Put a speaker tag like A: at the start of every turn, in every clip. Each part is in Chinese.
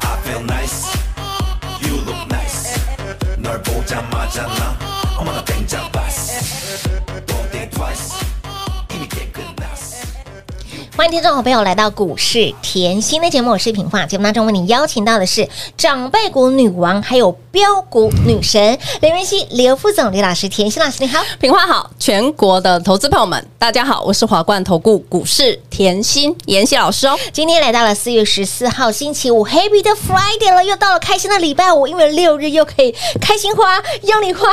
A: I feel nice. You look nice. 널 보자마자 나 어머나 땡잡았어. Don't think twice. 이미 깨끗났어.
B: 欢迎听众好朋友来到股市甜心的节目，我是品化。节目当中为你邀请到的是长辈股女王，还有标股女神刘元熙、刘副总、刘老师、甜心老师，你好。
C: 品花好，全国的投资朋友们，大家好，我是华冠投顾股市甜心妍希老 师哦。
B: 今天来到了四月十四号星期五，Happy 的 Friday 了，又到了开心的礼拜五，因为六日又可以开心花、用力花、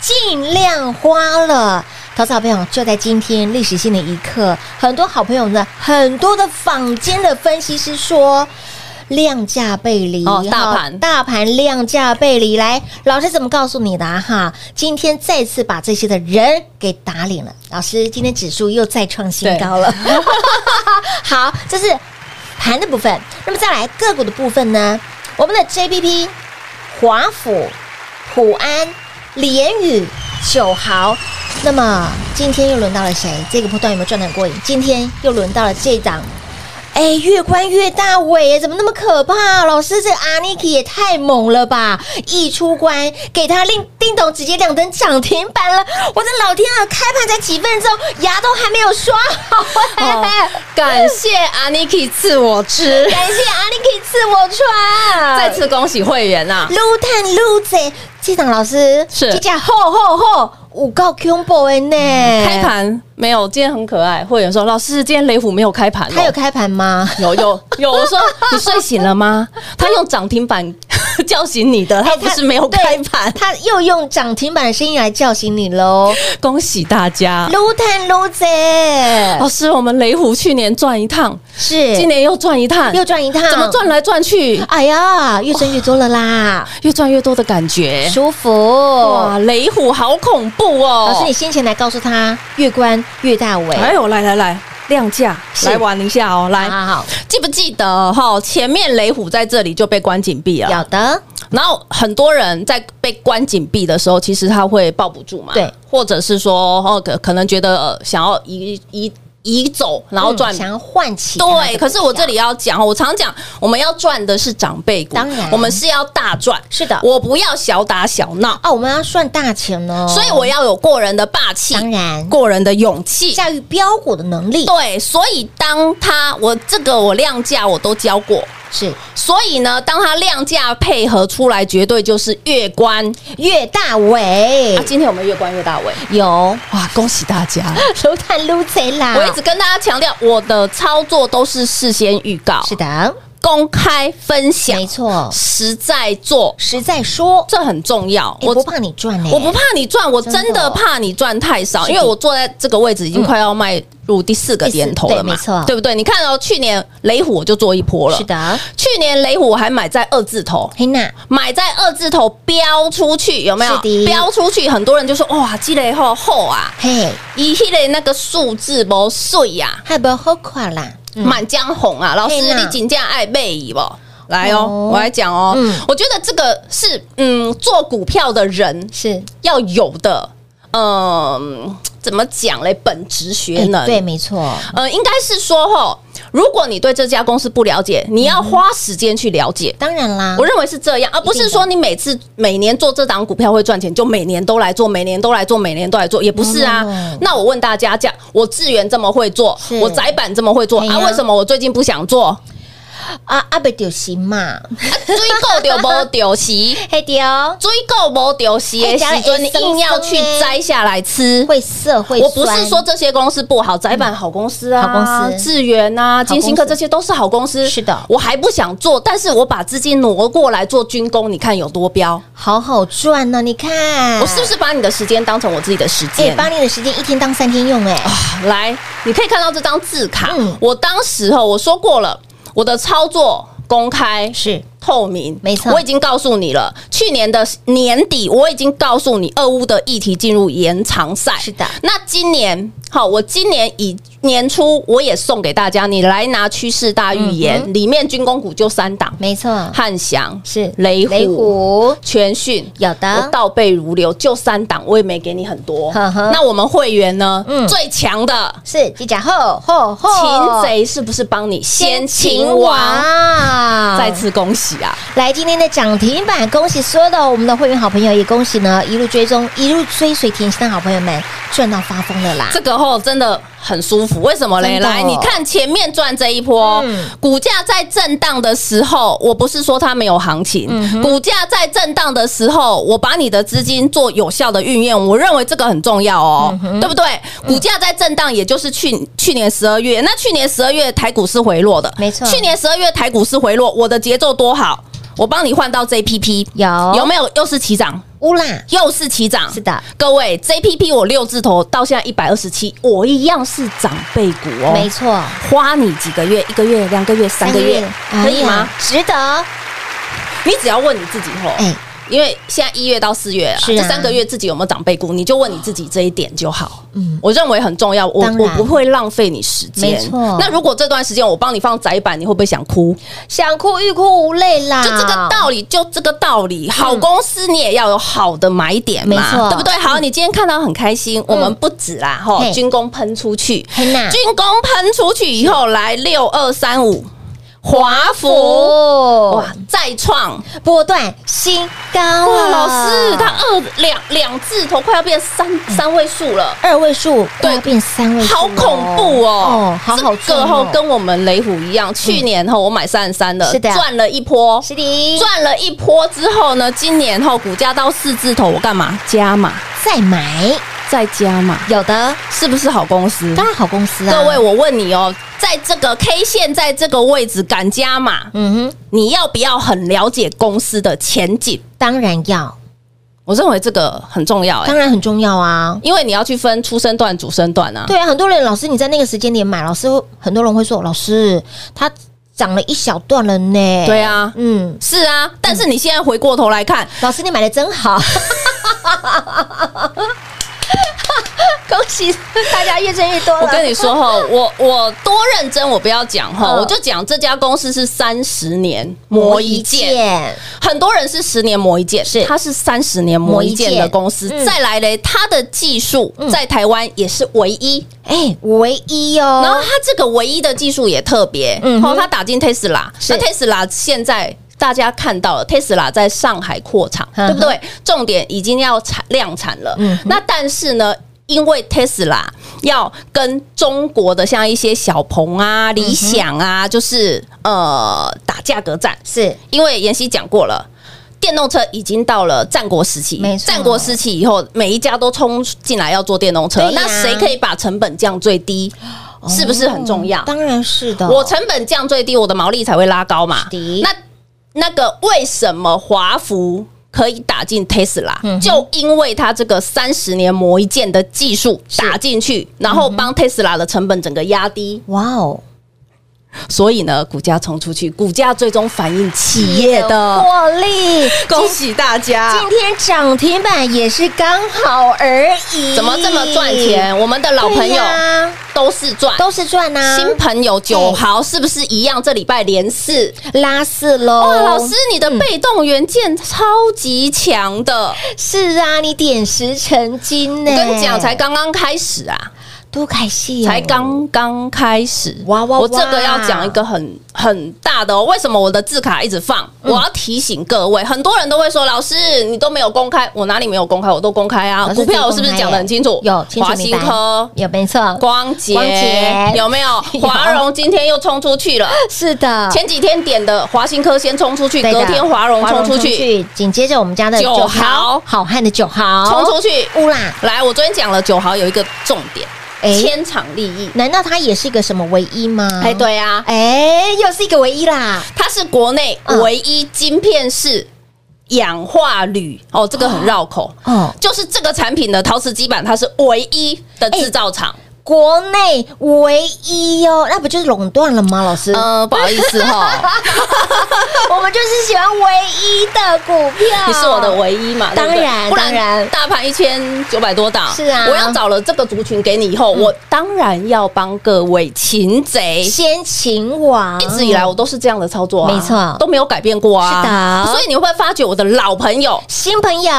B: 尽量花了。投资好朋友，就在今天历史性的一刻，很多好朋友呢，很多的坊间的分析师说。量价背离
C: 哦大盘
B: 大盘量价背离，来，老师怎么告诉你的啊哈？今天再次把这些的人给打脸了。老师，今天指数又再创新高了。 好，这是盘的部分。那么再来个股的部分呢？我们的 JPP、华府、普安、联宇、九豪。那么今天又轮到了谁？这个波段有没有赚得很过瘾？今天又轮到了这档哎，越关越大尾耶，怎么那么可怕、老师，这阿尼基也太猛了吧！一出关，给他令叮咚直接亮灯涨停板了！我的老天啊，开盘才几分钟，牙都还没有刷好、哎
C: 哦感谢 Aniki 赐我吃，
B: 感谢阿尼基赐我穿，
C: 再次恭喜会员 啊！
B: 撸探撸贼，机长老师
C: 是
B: 这架吼吼吼，五告 combo 哎呢，
C: 嗯开盘没有？今天很可爱，会员说老师，今天雷虎没有开盘、哦，
B: 他有开盘吗？
C: 有有有，我说你睡醒了吗？他用涨停板 叫醒你的，他
B: 哎
C: 不是没有开盘，
B: 对他又用涨停板的声音来叫醒你喽！
C: 恭喜大家。
B: 撸探撸贼，
C: 老师，我们雷虎去年赚一趟，
B: 是
C: 哦今年又赚一趟，
B: 又赚一趟，
C: 怎么？赚来赚去，
B: 哎呀，越赚越多了啦，
C: 越赚越多的感觉。
B: 舒服。
C: 哎哇，雷虎好恐怖哦！
B: 哦啊老师，你哦先前来告诉他，越关越大尾。
C: 哎呦，来来来，量价
B: 是
C: 来玩一下哦，
B: 好
C: 来，
B: 好啊好，
C: 记不记得哈？前面雷虎在这里就被关紧闭了，
B: 有的，
C: 然后很多人在被关紧闭的时候，其实他会抱不住嘛，
B: 对，
C: 或者是说哦，可可能觉得、呃、想要移移移走，然后赚
B: 嗯想要啊唤起他的股票。
C: 对，可是我这里要讲，我常讲，我们要赚的是长辈股，
B: 当然
C: 我们是要大赚，
B: 是的
C: 我不要小打小闹，
B: 啊，我们要算大钱哦，
C: 所以我要有过人的霸气，
B: 当然
C: 过人的勇气。
B: 驾驭标股的能力
C: 对，所以当他我这个我量价我都教过，
B: 是
C: 所以呢，当他量价配合出来，绝对就是越关。
B: 越大尾
C: 啊，今天我们越关越大尾，
B: 有
C: 哇，恭喜大家！
B: 撸探撸贼啦。
C: 我一直跟大家强调，我的操作都是事先预告，
B: 是的，
C: 公开分享，
B: 没，错，
C: 实在做，
B: 实在说，哎
C: 这很重要。
B: 我不怕你赚呢，
C: 我不怕你赚，我
B: 真
C: 真
B: 的
C: 的怕你赚太少，
B: 是
C: 因为我坐在这个位置已经快要迈入第四个年头了嘛
B: 第四对没错，
C: 对不对？你看哦，去年雷虎我就做一波了，
B: 是，的，
C: 去年雷虎我还买在二字头。
B: 黑娜
C: 买在二字头标出去有没有
B: 是？的
C: 标出去，很多人就说哇，积累后厚啊，
B: 嘿，
C: 一系列那个数字不碎呀，
B: 还不要喝垮啦，嗯
C: 满江红啊，老师
B: 嘿呐
C: 你请假爱背不？来
B: 哦
C: 哦，我来讲哦
B: 嗯，
C: 我觉得这个是嗯，做股票的人
B: 是哎
C: 要有的，嗯，怎么讲嘞？本职学能，
B: 哎对，，没错，
C: 呃，应该是说吼，如果你对这家公司不了解，你要花时间去了解。
B: 当然啦，
C: 我认为是这样，而不是说你每次每年做这档股票会赚钱，就每年都来做，每年都来做，每年都来做，也不是啊
B: No, no, no。
C: 那我问大家，这样我智源这么会做
B: 哦是，
C: 我窄板这么会做
B: 哎呀
C: 啊，为什么我最近不想 做？
B: 啊阿贝丢行 嘛，
C: 追够丢不丢席？
B: 黑丢
C: 追够不丢席
B: 哎
C: 的
B: 夹得
C: 时阵，你
B: 会生
C: 硬要去
B: 生欸
C: 摘下来吃，
B: 会涩会
C: 我
B: 酸，嗯
C: 不是说这些公司不好，窄板好公司啊，
B: 好公司
C: 智源啊，
B: 公司
C: 金星科这些都是好公司。
B: 是的
C: 我还不想做，但是我把资金挪过来做军工，你看有多彪？
B: 好好赚呢，你看
C: 我是不是把你的时间当成我自己的时
B: 嗯哎
C: 间？
B: 把你的时间一天当三天用哎，
C: 啊来，你可以看到这张字卡
B: 嗯，
C: 我当时候我说过了，我的操作。公开
B: 是
C: 透明，
B: 没错
C: 我已经告诉你了，去年的年底我已经告诉你，俄乌的议题进入延长赛。
B: 是的
C: 那今年好，我今年以年初我也送给大家，你来拿趋势大预言，里面军工股就三档，
B: 嗯没错，
C: 汉翔
B: 是
C: 雷虎、
B: 雷虎
C: 全讯。
B: 有
C: 我
B: 的，
C: 倒背如流，就三档，我也没给你很多。
B: 啊呵呵
C: 那我们会员呢？
B: 嗯
C: 最强的
B: 是机甲后后
C: 擒
B: 后，
C: 贼是不是帮你先擒
B: 擒
C: 王？再次恭喜啊！
B: 来今天的涨停板，恭喜所有的我们的会员好朋友，也恭喜呢一路追踪、一路追随甜心的好朋友们赚到发疯了啦！
C: 这个吼真的很舒服，为什么嘞？
B: 真的哦嗯
C: 来，你看前面赚这一波，股价在震荡的时候，我不是说它没有行情，
B: 嗯
C: 股价在震荡的时候，我把你的资金做有效的运用，我认为这个很重要哦，
B: 嗯
C: 对不对？股价在震荡，也就是去去年十二月，那去年十二月台股是回落的，
B: 没错
C: 去年十二月台股是回落，我的节奏多好，我帮你换到 JPP，
B: 有
C: 有没有？又是起涨。
B: 乌啦，
C: 又是起涨，
B: 是的，
C: 各位 JPP 我六字头到现在一百二十七，我一样是长辈股哦，
B: 没错，
C: 花你几个月，一个月、两个月、三个月，
B: 哎呀
C: 可以吗？？
B: 值得，
C: 你只要问你自己吼，
B: 哎，
C: 因为现在一月到四月啊，
B: 是啊
C: 这三个月自己有没有长辈股，你就问你自己这一点就好。嗯，我认为很重要，我
B: 当然
C: 我不会浪费你时间。
B: 没错
C: 那如果这段时间我帮你放窄板，你会不会想哭？
B: 想哭欲哭无泪啦，
C: 就这个道理，就这个道理。好公司你也要有好的买点
B: 嗯没
C: 嘛，
B: 错嗯
C: 对不对？好，你今天看到很开心，我们不止啦，吼，
B: 嘿
C: 军工喷出去，
B: 嘿呐
C: 军工喷出去以后，来六二三五，华孚。
B: 哦
C: 哇，，再创
B: 波段新高
C: 哇！
B: 啊！
C: 老师，它二两两字头快要变三
B: 嗯
C: 三位数了，
B: 二位数
C: 对
B: 对变三位数哦，
C: 好恐怖哦！
B: 哦，好好
C: 这
B: 赚
C: 个后
B: 哦，
C: 跟我们雷虎一样，去年后我买三十三的，
B: 是的
C: 赚了一波，
B: 是的，
C: 赚了一波之后呢，今年后股价到四字头，我干嘛加码
B: 再买，
C: 再加码？
B: 有的
C: 是不是好公司？
B: 当然好公司啊，
C: 各位，，我问你哦，在这个 K 线在这个位置敢加码，
B: 嗯哼，
C: 你要不要很了解公司的前景？
B: 当然要，
C: 我认为这个很重要、
B: 当
C: 哎，
B: 然很重要啊。
C: 因为你要去分出生段、主升段啊。
B: 对啊，很多人老师你在那个时间点买，老师会很多人会说，老师它涨了一小段了呢。
C: 对，啊，
B: 嗯，
C: 是啊。但是你现在回过头来看，
B: 老师你买的真 好， 恭喜大家越挣越多了。
C: 我跟你说哈， 我我多认真，我不要讲哈，
B: 嗯
C: 我就讲这家公司是三十年磨一剑。很多人是十年磨一剑，
B: 是
C: 它是三十年磨一剑的公司。
B: 磨一剑嗯嗯
C: 再来嘞，它的技术在台湾也是唯一，
B: 哎，唯一哦，
C: 然后它这个唯一的技术也特别，
B: 嗯
C: 然
B: 哼
C: 后它打进 Tesla，
B: 是
C: 那 Tesla 现在。大家看到了，Tesla 在上海扩厂，
B: 嗯哼
C: 对不对？重点已经要产量产了。
B: 嗯
C: 那但是呢，因为 Tesla 要跟中国的像一些小鹏啊、理想啊，就是呃打价格战，
B: 嗯是
C: 因为妍希讲过了。电动车已经到了战国时期
B: 没，错
C: 战国时期以后，每一家都冲进来要做电动车，
B: 对呀
C: 那谁可以把成本降最低？是不是很重要？
B: 哦当然是的，
C: 我成本降最低，我的毛利才会拉高嘛。
B: 的
C: 那那个为什么华孚可以打进 Tesla？、就
B: 嗯
C: 因为它这个三十年磨一剑的技术打进
B: 嗯
C: 去，然后帮 Tesla 的成本整个压低，
B: 哇哦，
C: 所以呢，股价冲出去，股价最终反映企业的
B: 获利，
C: 恭喜大家！
B: 今天涨停板也是刚好而已，
C: 怎么这么赚？钱？我们的老朋
B: 对
C: 友
B: 呀
C: 都是赚，
B: 都是赚啊呐、
C: 新朋友九豪是不是一样？这礼拜连四。
B: 拉四喽。
C: 哇，老师，你的被动元件超级强的！
B: 是啊，你点石成金呢、
C: 我跟你讲，才刚刚开始啊，
B: 多开心、哦，
C: 才刚刚开始。
B: 哇哇哇
C: 我这个要讲一个很很大的哦，为什么我的字卡一直放？我
B: 嗯
C: 要提醒各位，很多人都会说，老师你都没有公开，我哪里没有公开？我都公开啊，
B: 老师
C: 股票我是不
B: 自己公开
C: 是
B: 耶
C: 讲的很清楚？
B: 有清楚
C: 华
B: 明
C: 新
B: 白
C: 科、
B: 有没错，
C: 光洁
B: 光洁
C: 有没有？
B: 有
C: 华融今天又冲出去了。
B: 是的，
C: 前几天点的华新科先冲出去，
B: 对的
C: 隔天华融冲出去，，
B: 紧接着我们家的
C: 九豪
B: 好汉的九豪
C: 冲出去。
B: 乌啦，
C: 来，我昨天讲了九豪有一个重点，
B: 哎嗯
C: 千场利益。
B: 难道它也是一个什么唯一吗？
C: 哎，，对啊，
B: 哎，又是一个唯一啦，
C: 它是国内
B: 嗯
C: 唯一晶片式氧化铝哦，这个很绕口。
B: 哦，
C: 就是这个产品的陶瓷基板，它是唯一的制造厂，
B: 国内唯一哦，那不就是垄断了吗？老师，
C: 呃，不好意思 哈，
B: 我们就是喜欢唯一的股票，
C: 你是我的唯一嘛，
B: 当
C: 对不对
B: 然
C: 不
B: 当然
C: 大盘一千九百多档，
B: 是啊嗯
C: 我要找了这个族群给你以后，我当然要帮各位擒贼。
B: 先秦王，
C: 一直以来我都是这样的操作啊，
B: 哦没错
C: 都没有改变过啊。
B: 是的
C: 所以你会不会发觉我的老朋友
B: 新朋友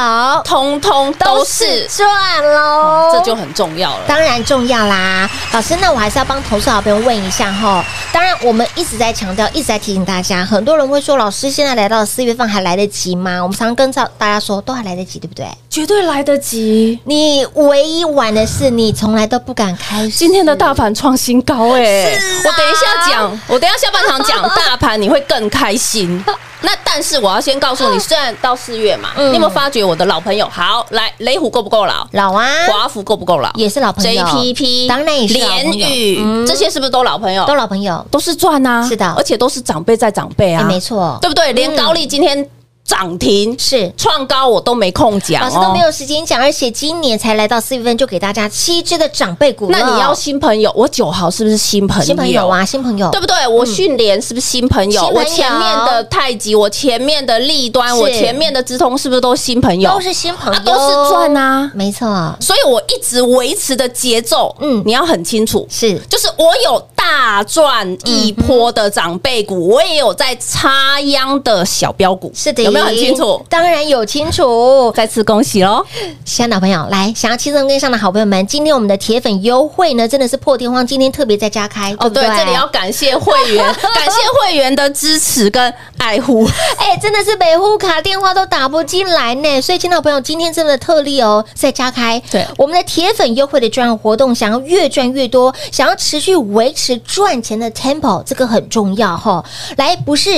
C: 通通都是，哦
B: 赚喽，
C: 这就很重要了。
B: 当然重要啦，老师，那我还是要帮投资好朋友问一下哈。当然，我们一直在强调，一直在提醒大家，很多人会说，老师，现在来到四月份还来得及吗？我们常跟大大家说，都还来得及，对不对？
C: 绝对来得及。
B: 你唯一晚的是，你从来都不敢开始。
C: 今天的大盘创新高哎、
B: 啊
C: 我等一下讲，我等一下下半场讲大盘，你会更开心。那但是我要先 告诉你，虽然到四月嘛，
B: 嗯
C: 你有没有发觉我的老朋友？好，来雷虎够不够老？
B: 老啊，
C: 华孚够不够老？
B: 也是老朋友
C: JPP
B: 当然也是老
C: 联
B: 朋友
C: 宇、
B: 嗯
C: 这些是不是都老朋友？
B: 都老朋友，
C: 都是赚啊，
B: 是的
C: 而且都是长辈在长辈
B: 哎、
C: 啊，
B: 没，错，
C: 对不对？连高丽今天涨停
B: 是
C: 创高，我都没空讲
B: 老
C: 哦，
B: 师都没有时间讲，而且今年才来到四月份，就给大家七只的长辈股了。
C: 那你要新朋友，我九号是不是新朋友？
B: 新朋友啊，新朋友，
C: 对不对？我训练是不是新朋
B: 新
C: 友？
B: 朋友
C: 我前面的太极，我前面的立端，
B: 是
C: 我前面的直通，是不是都新朋友？
B: 都是新朋友，嗯
C: 啊都是赚啊
B: 没错，
C: 所以我一直维持的节奏，
B: 嗯
C: 嗯，你要很清楚。
B: 是
C: 就是我有大
B: 嗯
C: 赚一波的长辈股，我也有在插秧的小标股，
B: 是的，
C: 有没有很清楚？
B: 当然有清楚。
C: 再次恭喜喽！
B: 香港朋友，来想要轻松跟上的好朋友们，今天我们的铁粉优惠呢，真的是破天荒，今天特别在家开
C: 哦，对，
B: 不
C: 这里要感谢会员， 感谢会员的支持跟爱护。
B: 哎、真的是北户卡电话都打不进来呢，所以亲爱的朋友，今天真的特例哦，在家开，
C: 对
B: 我们的铁粉优惠的专案活动，想要越赚越多，想要持续维持赚钱的 tempo，这个很重要哈、来，不是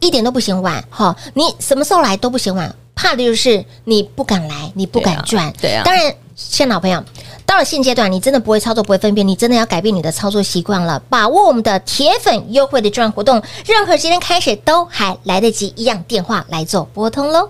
B: 一点都不嫌晚哈、你什么时候来都不嫌晚，怕的就是你不敢来，你不敢赚，
C: 对啊对啊
B: 当然，现老朋友，到了现阶段，你真的不会操作，不会分辨，你真的要改变你的操作习惯了。把握我们的铁粉优惠的赚活动，任何时间开始都还来得及，一样电话来做拨通喽。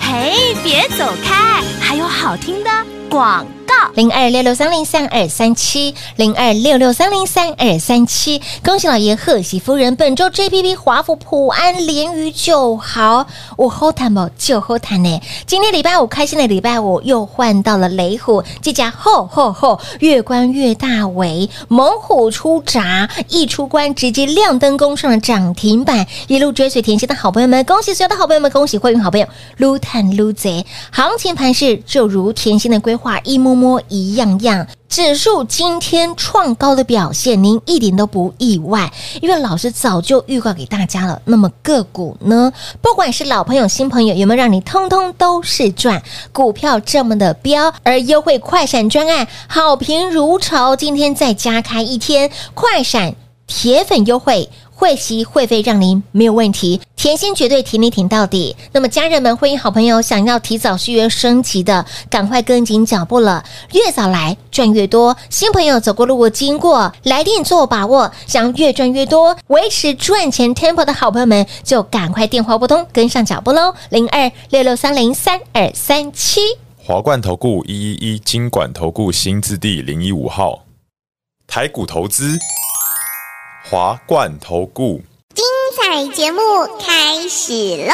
D: 嘿，别走开，还有好听的广告。
B: 零二六六三零三二三七，零二六六三零三二三七。恭喜老爷贺喜夫人，本周 JPP 华府普安连宇九豪，我后谈哦，就后谈呢。今天礼拜五开心的礼拜五，又换到了雷虎，这家吼吼吼，越关越大尾，猛虎出闸，一出关直接亮灯攻上了涨停板，一路追随甜心的好朋友们，恭喜所有的好朋友们，恭喜会员好朋友，撸探撸贼，行情盘势就如甜心的规划，一摸摸一样样。指数今天创高的表现，您一点都不意外，因为老师早就预告给大家了。那么个股呢？不管是老朋友、新朋友，有没有让你通通都是赚？股票这么的飙，而优惠快闪专案好评如潮，今天再加开一天，快闪铁粉优惠。会息会费让您没有问题，甜心绝对挺你挺到底。那么家人们、欢迎好朋友想要提早续约升级的，赶快跟紧脚步了，越早来赚越多。新朋友走过路过经过，来电做把握，想越赚越多，维持赚钱 tempo 的好朋友们，就赶快电话拨通，跟上脚步喽，零二六六三零三二三七。
E: 华冠投顾一一一金管投顾新字第零一五号，台股投资，华冠投顾。
F: 彩节目开始喽！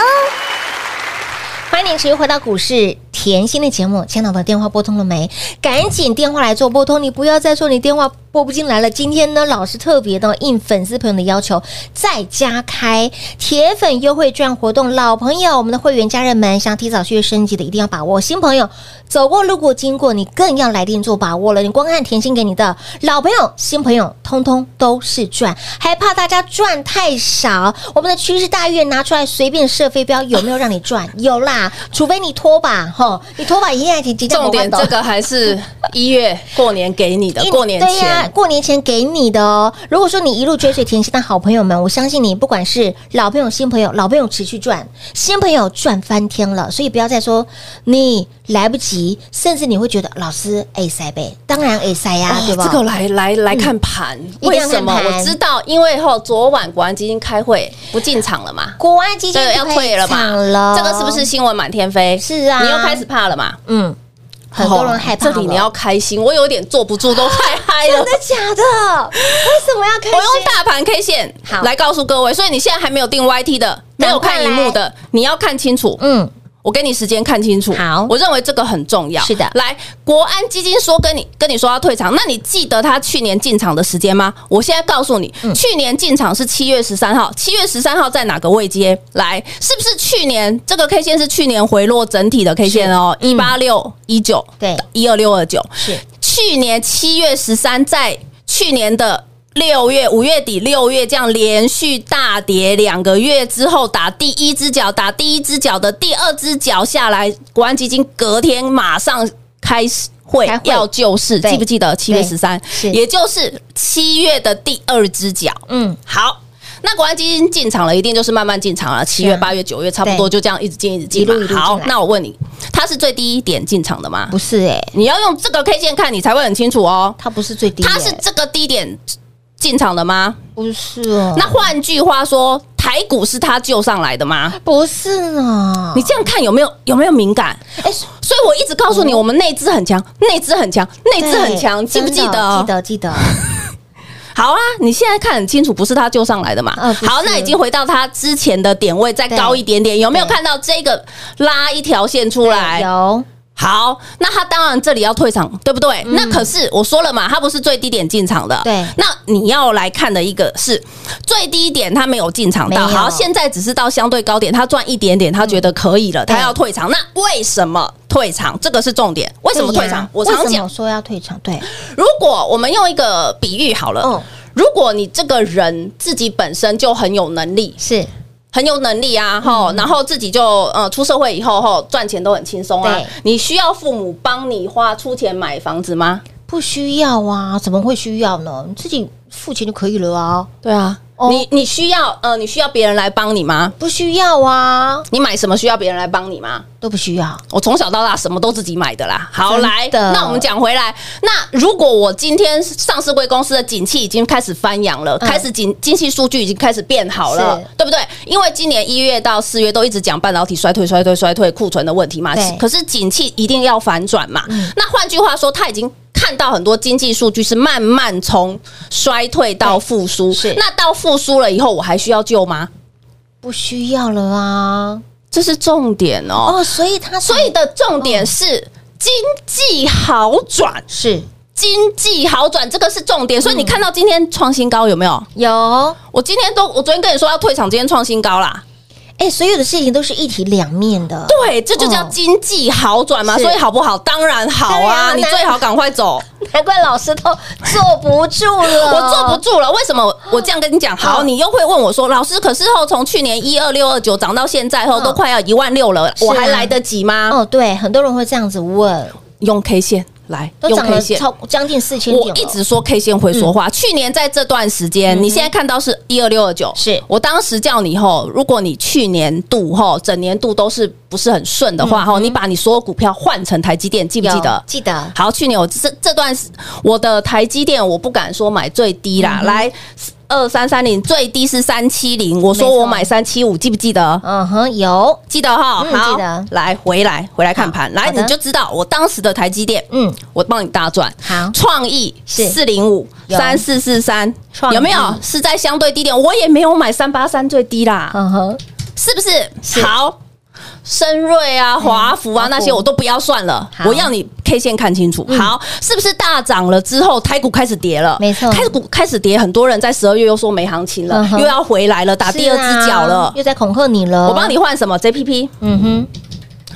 B: 欢迎持续回到股市甜心的节目，千老的电话拨通了没？赶紧电话来做拨通，你不要再说你电话拨不进来了。今天呢，老师特别的应粉丝朋友的要求，再加开铁粉优惠券活动，老朋友，我们的会员家人们想提早去升级的，一定要把握。新朋友走过路过经过，你更要来电做把握了。你光看甜心给你的老朋友、新朋友，通通都是赚，还怕大家赚太少？我们的趋势大月拿出来随便射飞镖，有没有让你 赚？有啦，除非你拖把哈，吼你拖把一样，即将
C: 重点这个还是一月过年给你的，过年
B: 对呀、
C: 前
B: 过年前给你的哦。如果说你一路追随甜心的好朋友们，我相信你不管是老朋友、新朋友，老朋友持续赚，新朋友赚翻天了，所以不要再说你来不及，甚至你会觉得老师哎塞呗，当然哎塞呀，对吧？
C: 啊哦
B: 嗯
C: 这个来来来看盘，
B: 一定
C: 为
B: 要
C: 什
B: 看
C: 么？
B: 盘
C: 我知道，因为后昨晚国安基金开会不进场了嘛，
B: 国安基金
C: 这个要退了嘛
B: 场了，
C: 这个是不是新闻满天飞？
B: 哦是啊
C: 你又开始怕了嘛？
B: 嗯，很多人害怕
C: 这里你要开心，我有点坐不住，都太嗨
B: 真
C: 了
B: 的。假的？为什么要开
C: 我用
B: 心？
C: 大盘 K 线
B: 好
C: 来告诉各位，所以你现在还没有订 YT 的，没有看荧幕的，你要看清楚。
B: 嗯，
C: 我给你时间看清楚。
B: 好
C: 我认为这个很重要。
B: 是的
C: 来，国安基金说跟你跟你说要退场，那你记得他去年进场的时间吗？我现在告诉你，
B: 嗯
C: 去年进场是七月十三号，七月十三号在哪个位阶？来，是不是去年这个 K 线是去年回落整体的 K 线哦？一八六一九，
B: 对
C: 一二六二九
B: 是
C: 去年七月十三，在去年的。六月、五月底、六月这样连续大跌两个月之后，打第一只脚，打第一只脚的第二只脚下来，国安基金隔天马上开始会
B: 开会
C: 要救市，
B: 对
C: 记不记得七月
B: 对
C: 十三
B: 是？
C: 也就是七月的第二只脚。
B: 嗯，
C: 好，那国安基金进场了，一定就是慢慢进场了，七月、
B: 是啊
C: 八月、九月，差不多就这样一直进，一直进
B: 一路一
C: 嘛。
B: 路
C: 好
B: 进，来
C: 那我问你，它是最低点进场的吗？
B: 不是哎，
C: 你要用这个 K 线看，你才会很清楚哦。
B: 它不是最低耶，欸
C: 它是这个低点进场的吗？
B: 不是哦？
C: 那换句话说，台股是它救上来的吗？
B: 不是呢？
C: 你这样看有没有有没有敏感？
B: 哎，
C: 所以我一直告诉你，我们内资很强，内资很强，内
B: 哎
C: 资很强，
B: 嗯
C: 记
B: 对
C: 不记
B: 真的
C: 得？
B: 记得记得，
C: 好啊，你现在看很清楚，不是它救上来的嘛？
B: 呃不是
C: 好，那已经回到它之前的点位，再高一点点，有没有
B: 对
C: 看到这个拉一条线出来
B: 对？有
C: 好，那他当然这里要退场，对不对？那可是我说了嘛，他不是最低点进场的。
B: 嗯对
C: 那你要来看的一个是最低点，他没有进场到，
B: 没有
C: 好，现在只是到相对高点，他赚一点点，他觉得可以了，
B: 对
C: 他要
B: 嗯
C: 退场。那为什么退场？这个是重点。为什么退
B: 对
C: 场
B: 呀？
C: 我常
B: 为什
C: 讲
B: 么，说要退场，对，
C: 如果我们用一个比喻好了，
B: 嗯
C: 如果你这个人自己本身就很有能力，
B: 是
C: 很有能力啊，吼，然后自己就呃出社会以后吼赚钱都很轻松啊
B: 对。
C: 你需要父母帮你花出钱买房子吗？
B: 不需要啊？怎么会需要呢？你自己付钱就可以了啊，
C: 对啊，你你需要呃你需要别人来帮你吗？
B: 不需要啊，
C: 你买什么需要别人来帮你吗？
B: 都不需要。
C: 我从小到大什么都自己买的啦。好，
B: 真的
C: 来，那我们讲回来，那如果我今天上市贵公司的景气已经开始翻扬了，
B: 嗯
C: 开始景经济数据已经开始变好了
B: 是，
C: 对不对？因为今年一月到四月都一直讲半导体衰退、衰退、衰退、库存的问题嘛
B: 对，嗯
C: 可是景气一定要反转嘛。那换句话说，它已经。看到很多经济数据是慢慢从衰退到复苏，
B: 是
C: 那到复苏了以后，我还需要救吗？
B: 不需要了啊！
C: 这是重点哦。
B: 哦，所以他
C: 所以的重点是经济好转，
B: 嗯是嗯
C: 经济好转这个是重点。所以你看到今天创新高有没有？
B: 有
C: 我今天都我昨天跟你说要退场，今天创新高啦。
B: 哎，所有的事情都是一体两面的。
C: 对，这就叫
B: 嗯
C: 经济好转嘛。
B: 是
C: 所以好不好？当然好
B: 当然
C: 啊，
B: 啊
C: 你最好赶快走。
B: 难怪老师都坐不住了，
C: 我坐不住了，为什么我这样跟你讲？好，
B: 呃嗯
C: 你又会问我说，老师，可是后从去年一二六二九涨到现在后，
B: 嗯
C: 都快要一万六了，
B: 啊
C: 我还来得及吗？
B: 哦，对，很多人会这样子问，
C: 用 K 线来，
B: 都
C: 用
B: 涨
C: K
B: 了
C: 线。
B: 超将近四千点
C: 我
B: 了，
C: 一直说 K 线会说话。
B: 嗯
C: 去年在这段时间，你现在看到是一二六二九，
B: 是
C: 我当时叫你吼，如果你去年度吼整年度都是不是很顺的话吼，你把你所有股票换成台积电，记不记得
B: 嗯有？记得
C: 好，去年我这这段时我的台积电，我不敢说买最低
B: 嗯
C: 啦，来二三三零最低是三七零，我说
B: 没错
C: 我买三七五，记不记得？
B: 嗯哼，有
C: 记得哈，
B: 嗯
C: 好，
B: 记得
C: 来回来回来看盘，来
B: 好的
C: 你就知道我当时的台积电，
B: 嗯，
C: 我帮你大赚。
B: 好
C: 创意
B: 是
C: 四零五
B: 有
C: 三四四三
B: 创，意
C: 有没有是在相对低点？我也没有买三八三最低啦，
B: 嗯哼，
C: 是不是？好，深瑞啊、华孚
B: 嗯华
C: 啊
B: 孚
C: 那些我都不要算了，
B: 好嗯
C: 我要你 K 线看清楚。好，是不是大涨了之后，台股开始跌了？
B: 没错
C: 台股开始跌，很多人在十二月又说没行情了
B: 嗯，哼
C: 又要回来了，打第二只脚
B: 是啊
C: 了。
B: 又在恐吓你了，
C: 我帮，你换什么 JPP？
B: 嗯哼，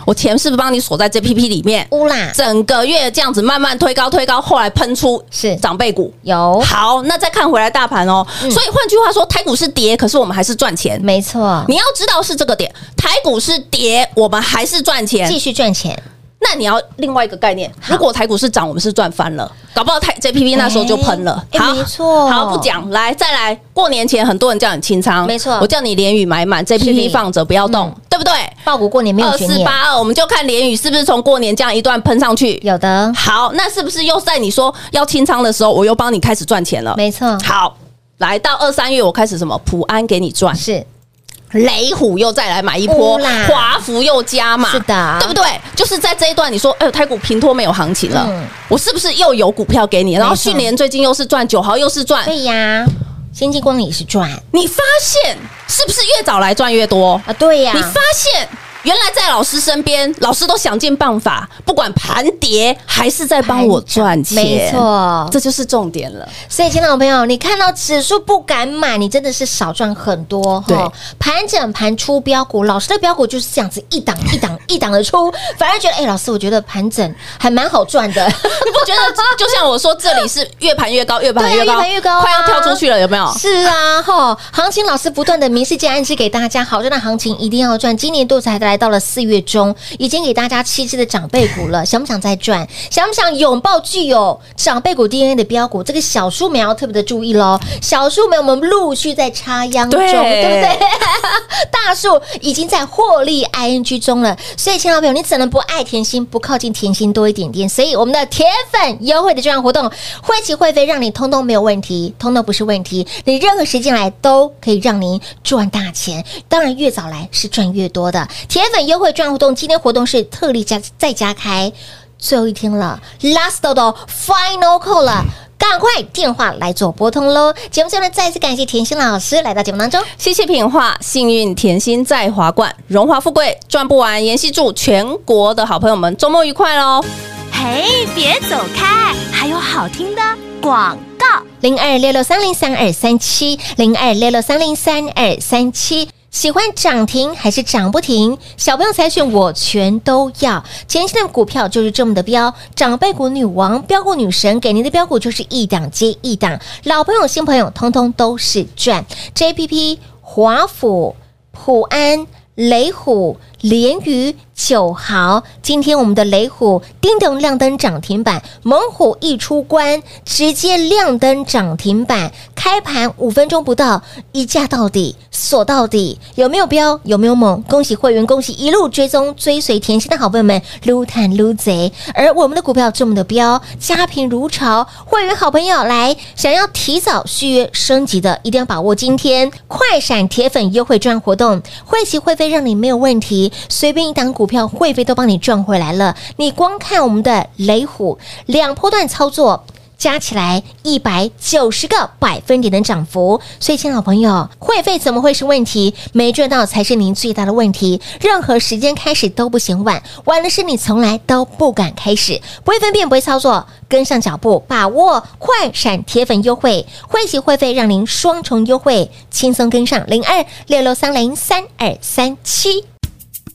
C: 我钱是不是帮你锁在 JPP 里面？
B: 乌啦，
C: 整个月这样子慢慢推高推高，后来喷出
B: 是哦嗯
C: 长辈股。
B: 有，
C: 好，那再看回来大盘哦。所以换句话说，台股是跌，可是我们还是赚钱。
B: 没错，
C: 你要知道是这个点，台股是跌，我们还是赚钱
B: 继。续赚钱，
C: 那你要另外一个概念，如果台股是涨，我们是赚翻了，搞不好台 JPP 那时候就喷了。
B: 哎哎没错
C: 好不讲，来再来，过年前很多人叫你清仓，
B: 没错
C: 我叫你连雨买满
B: 是
C: ，JPP 放着不要动
B: 嗯，
C: 对不对？
B: 报股过年没有
C: 二
B: 悬
C: 四
B: 念，
C: 八二，我们就看连雨是不是从过年这样一段喷上去。
B: 有的，
C: 好，那是不是又在你说要清仓的时候，我又帮你开始赚钱了？
B: 没错，
C: 好，来到二三月，我开始什么普安给你赚，
B: 是
C: 雷虎又再来买一波
B: 乌啦，
C: 华孚又加码，
B: 是的
C: 对不对？就是在这一段，你说，哎呦，台股平拖没有行情了
B: 嗯，
C: 我是不是又有股票给你？然后
B: 没错嗯
C: 迅联最近又是赚，九豪又是赚，
B: 对呀，先进光也是赚
C: 你发现是不是越早来赚越多？
B: 啊，对呀
C: 你，发现原来在老师身边，老师都想尽办法，不管盘跌还是在帮我赚钱，
B: 没，错，
C: 这就是重点了。
B: 所以，亲爱的朋友，你看到指数不敢买，你真的是少赚很多
C: 对
B: 哈。盘整盘出标股，老师的标股就是这样子一档一档一档的出，反而觉得，哎、老师，我觉得盘整还蛮好赚的。
C: 你不觉得就像我说，这里是越盘越高，越盘越
B: 对啊
C: 高，
B: 越盘越高啊
C: 快要跳出去了，有没有？
B: 是啊，哈，行情老师不断的明示见暗示给大家，好赚的行情一定要赚。今年度才来到了四月中，已经给大家七只的长辈股 了，想不想再赚？想不想拥抱具有长辈股 DNA 的标股？这个小树苗要特别的注意喽，小树苗我们陆续在插秧中，
C: 对
B: 对不对？大树已经在获利 ING 中了，所以，亲爱的朋友，你怎能不爱甜心，不靠近甜心多一点点？所以，我们的铁粉优惠的这项活动，会期会费让你通通没有问题，通通不是问题。你任何时间来都可以让您赚大钱，当然越早来是赚越多的。铁粉优惠赚活动，今天活动是特例加再加开。最后一天了，last 的 final call 了，赶快电话来做拨通喽！节目最后呢，再次感谢甜心老师来到节目当中。
C: 谢谢品画，幸运甜心在华冠，荣华富贵赚不完。妍希祝全国的好朋友们周末愉快喽！
D: 嘿，别走开，还有好听的广告。
B: 零二六六三零三二三七，零二六六三零三二三七。喜欢涨停还是涨不停？小朋友才选我全都要。前期的股票就是这么的标，长辈股女王、标股女神给您的标股就是一档接一档，老朋友、新朋友通通都是赚。JPP、华府、普安、雷虎、联宇、九豪。今天我们的雷虎叮咚亮灯涨停板，猛虎一出关直接亮灯涨停板，开盘五分钟不到，一价到底，锁到底，有没有标？有没有猛？恭喜会员，恭喜一路追踪追随甜心的好朋友们，撸探撸贼。而我们的股票这么的标，家贫如潮，会员好朋友来，想要提早续约升级的，一定要把握今天快闪铁粉优惠赚活动，会期会费让你没有问题，随便一档股票会费都帮你赚回来了。你光看我们的雷虎两波段操作。加起来一百九十个百分点的涨幅，所以，亲爱的朋友，会费怎么会是问题？没赚到才是您最大的问题。任何时间开始都不嫌晚，晚的是你从来都不敢开始，不会分辨，不会操作，跟上脚步，把握快闪铁粉优惠，会籍会费让您双重优惠，轻松跟上零二六六三零三二三七。